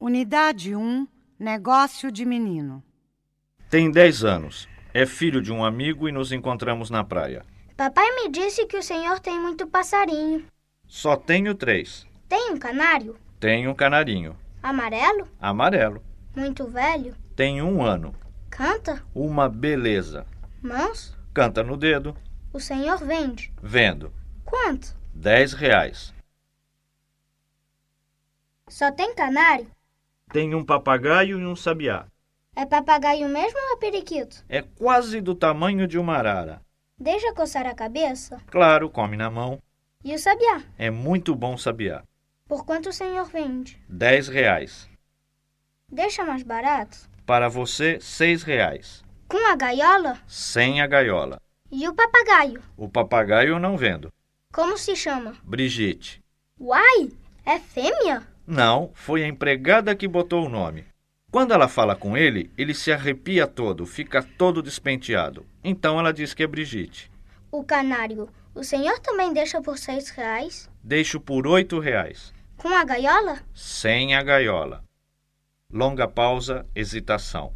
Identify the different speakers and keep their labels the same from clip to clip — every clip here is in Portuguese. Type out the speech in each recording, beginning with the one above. Speaker 1: Unidade 1, Negócio de Menino.
Speaker 2: Tem 10 anos. É filho de um amigo e nos encontramos na praia.
Speaker 3: Papai me disse que o senhor tem muito passarinho.
Speaker 2: Só tenho três.
Speaker 3: Tem um canário?
Speaker 2: Tem um canarinho.
Speaker 3: Amarelo?
Speaker 2: Amarelo.
Speaker 3: Muito velho?
Speaker 2: Tem um ano.
Speaker 3: Canta?
Speaker 2: Uma beleza.
Speaker 3: Mãos?
Speaker 2: Canta no dedo.
Speaker 3: O senhor vende?
Speaker 2: Vendo.
Speaker 3: Quanto?
Speaker 2: 10 reais.
Speaker 3: Só tem canário?
Speaker 2: Tem um papagaio e um sabiá.
Speaker 3: É papagaio mesmo ou é periquito?
Speaker 2: É quase do tamanho de uma arara.
Speaker 3: Deixa coçar a cabeça.
Speaker 2: Claro, come na mão.
Speaker 3: E o sabiá?
Speaker 2: É muito bom sabiá.
Speaker 3: Por quanto o senhor vende?
Speaker 2: 10 reais.
Speaker 3: Deixa mais barato?
Speaker 2: Para você, 6 reais.
Speaker 3: Com a gaiola?
Speaker 2: Sem a gaiola.
Speaker 3: E o papagaio?
Speaker 2: O papagaio eu não vendo.
Speaker 3: Como se chama?
Speaker 2: Brigitte.
Speaker 3: Uai! É fêmea?
Speaker 2: Não, foi a empregada que botou o nome. Quando ela fala com ele, ele se arrepia todo, fica todo despenteado. Então ela diz que é Brigitte.
Speaker 3: O canário. O senhor também deixa por seis reais?
Speaker 2: Deixo por oito reais.
Speaker 3: Com a gaiola?
Speaker 2: Sem a gaiola. Longa pausa, hesitação.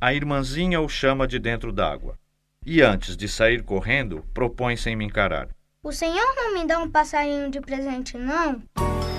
Speaker 2: A irmãzinha o chama de dentro d'água. E antes de sair correndo, propõe sem me encarar.
Speaker 3: O senhor não me dá um passarinho de presente, não?